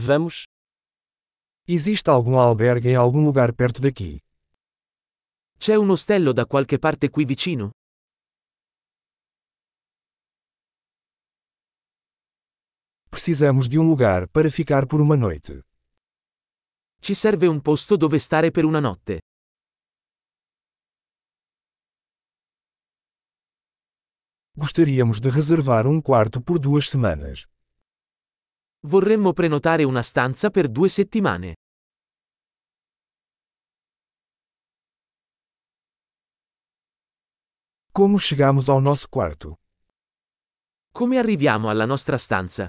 Vamos. Existe algum albergue em algum lugar perto daqui? C'è un ostello da qualche parte qui vicino? Precisamos de um lugar para ficar por uma noite. Ci serve un posto dove stare per una notte. Gostaríamos de reservar um quarto por duas semanas. Vorremmo prenotare una stanza per due settimane. Como chegamos ao nosso quarto? Come arriviamo alla nostra stanza?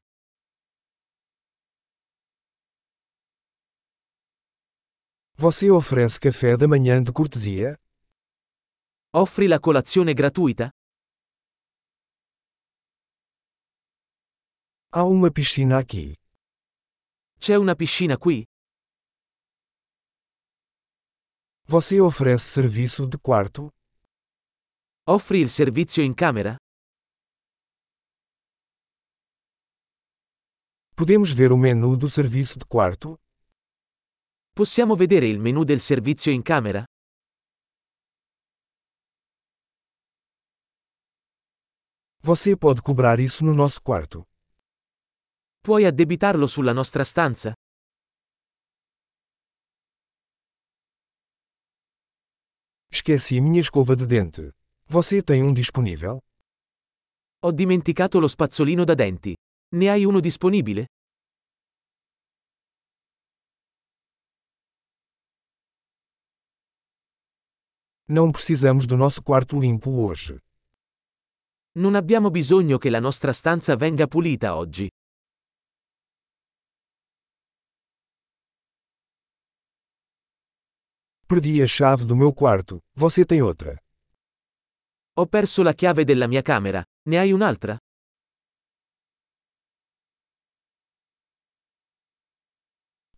Você oferece café da manhã de cortesia? Offri la colazione gratuita? Há uma piscina aqui. C'è una piscina qui? Você oferece serviço de quarto? Offri il servizio in camera? Podemos ver o menu do serviço de quarto? Possiamo vedere il menu del servizio in camera? Você pode cobrar isso no nosso quarto. Puoi addebitarlo sulla nostra stanza? Esqueci minha escova de dente. Você tem um disponível? Ho dimenticato lo spazzolino da denti. Ne hai uno disponibile? Não precisamos do nosso quarto limpo hoje. Non abbiamo bisogno che la nostra stanza venga pulita oggi. Perdi a chave do meu quarto. Você tem outra? Ho perso la chiave della mia camera. Ne hai un'altra?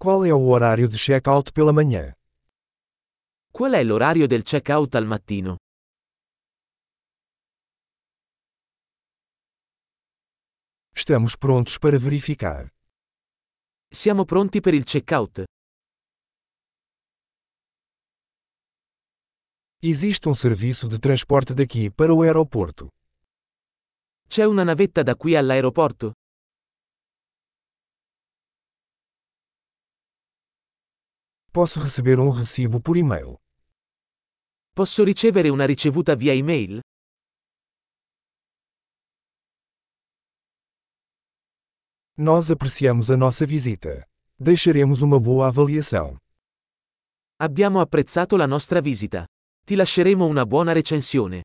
Qual é o horário de check-out pela manhã? Qual è l'orario del check-out al mattino? Estamos prontos para verificar. Siamo pronti per il check-out. Existe um serviço de transporte daqui para o aeroporto. C'è una navetta da qui all'aeroporto? Posso receber um recibo por e-mail. Posso ricevere una ricevuta via email? Nós apreciamos a nossa visita. Deixaremos uma boa avaliação. Abbiamo apprezzato la nostra visita. Ti lasceremo una buona recensione.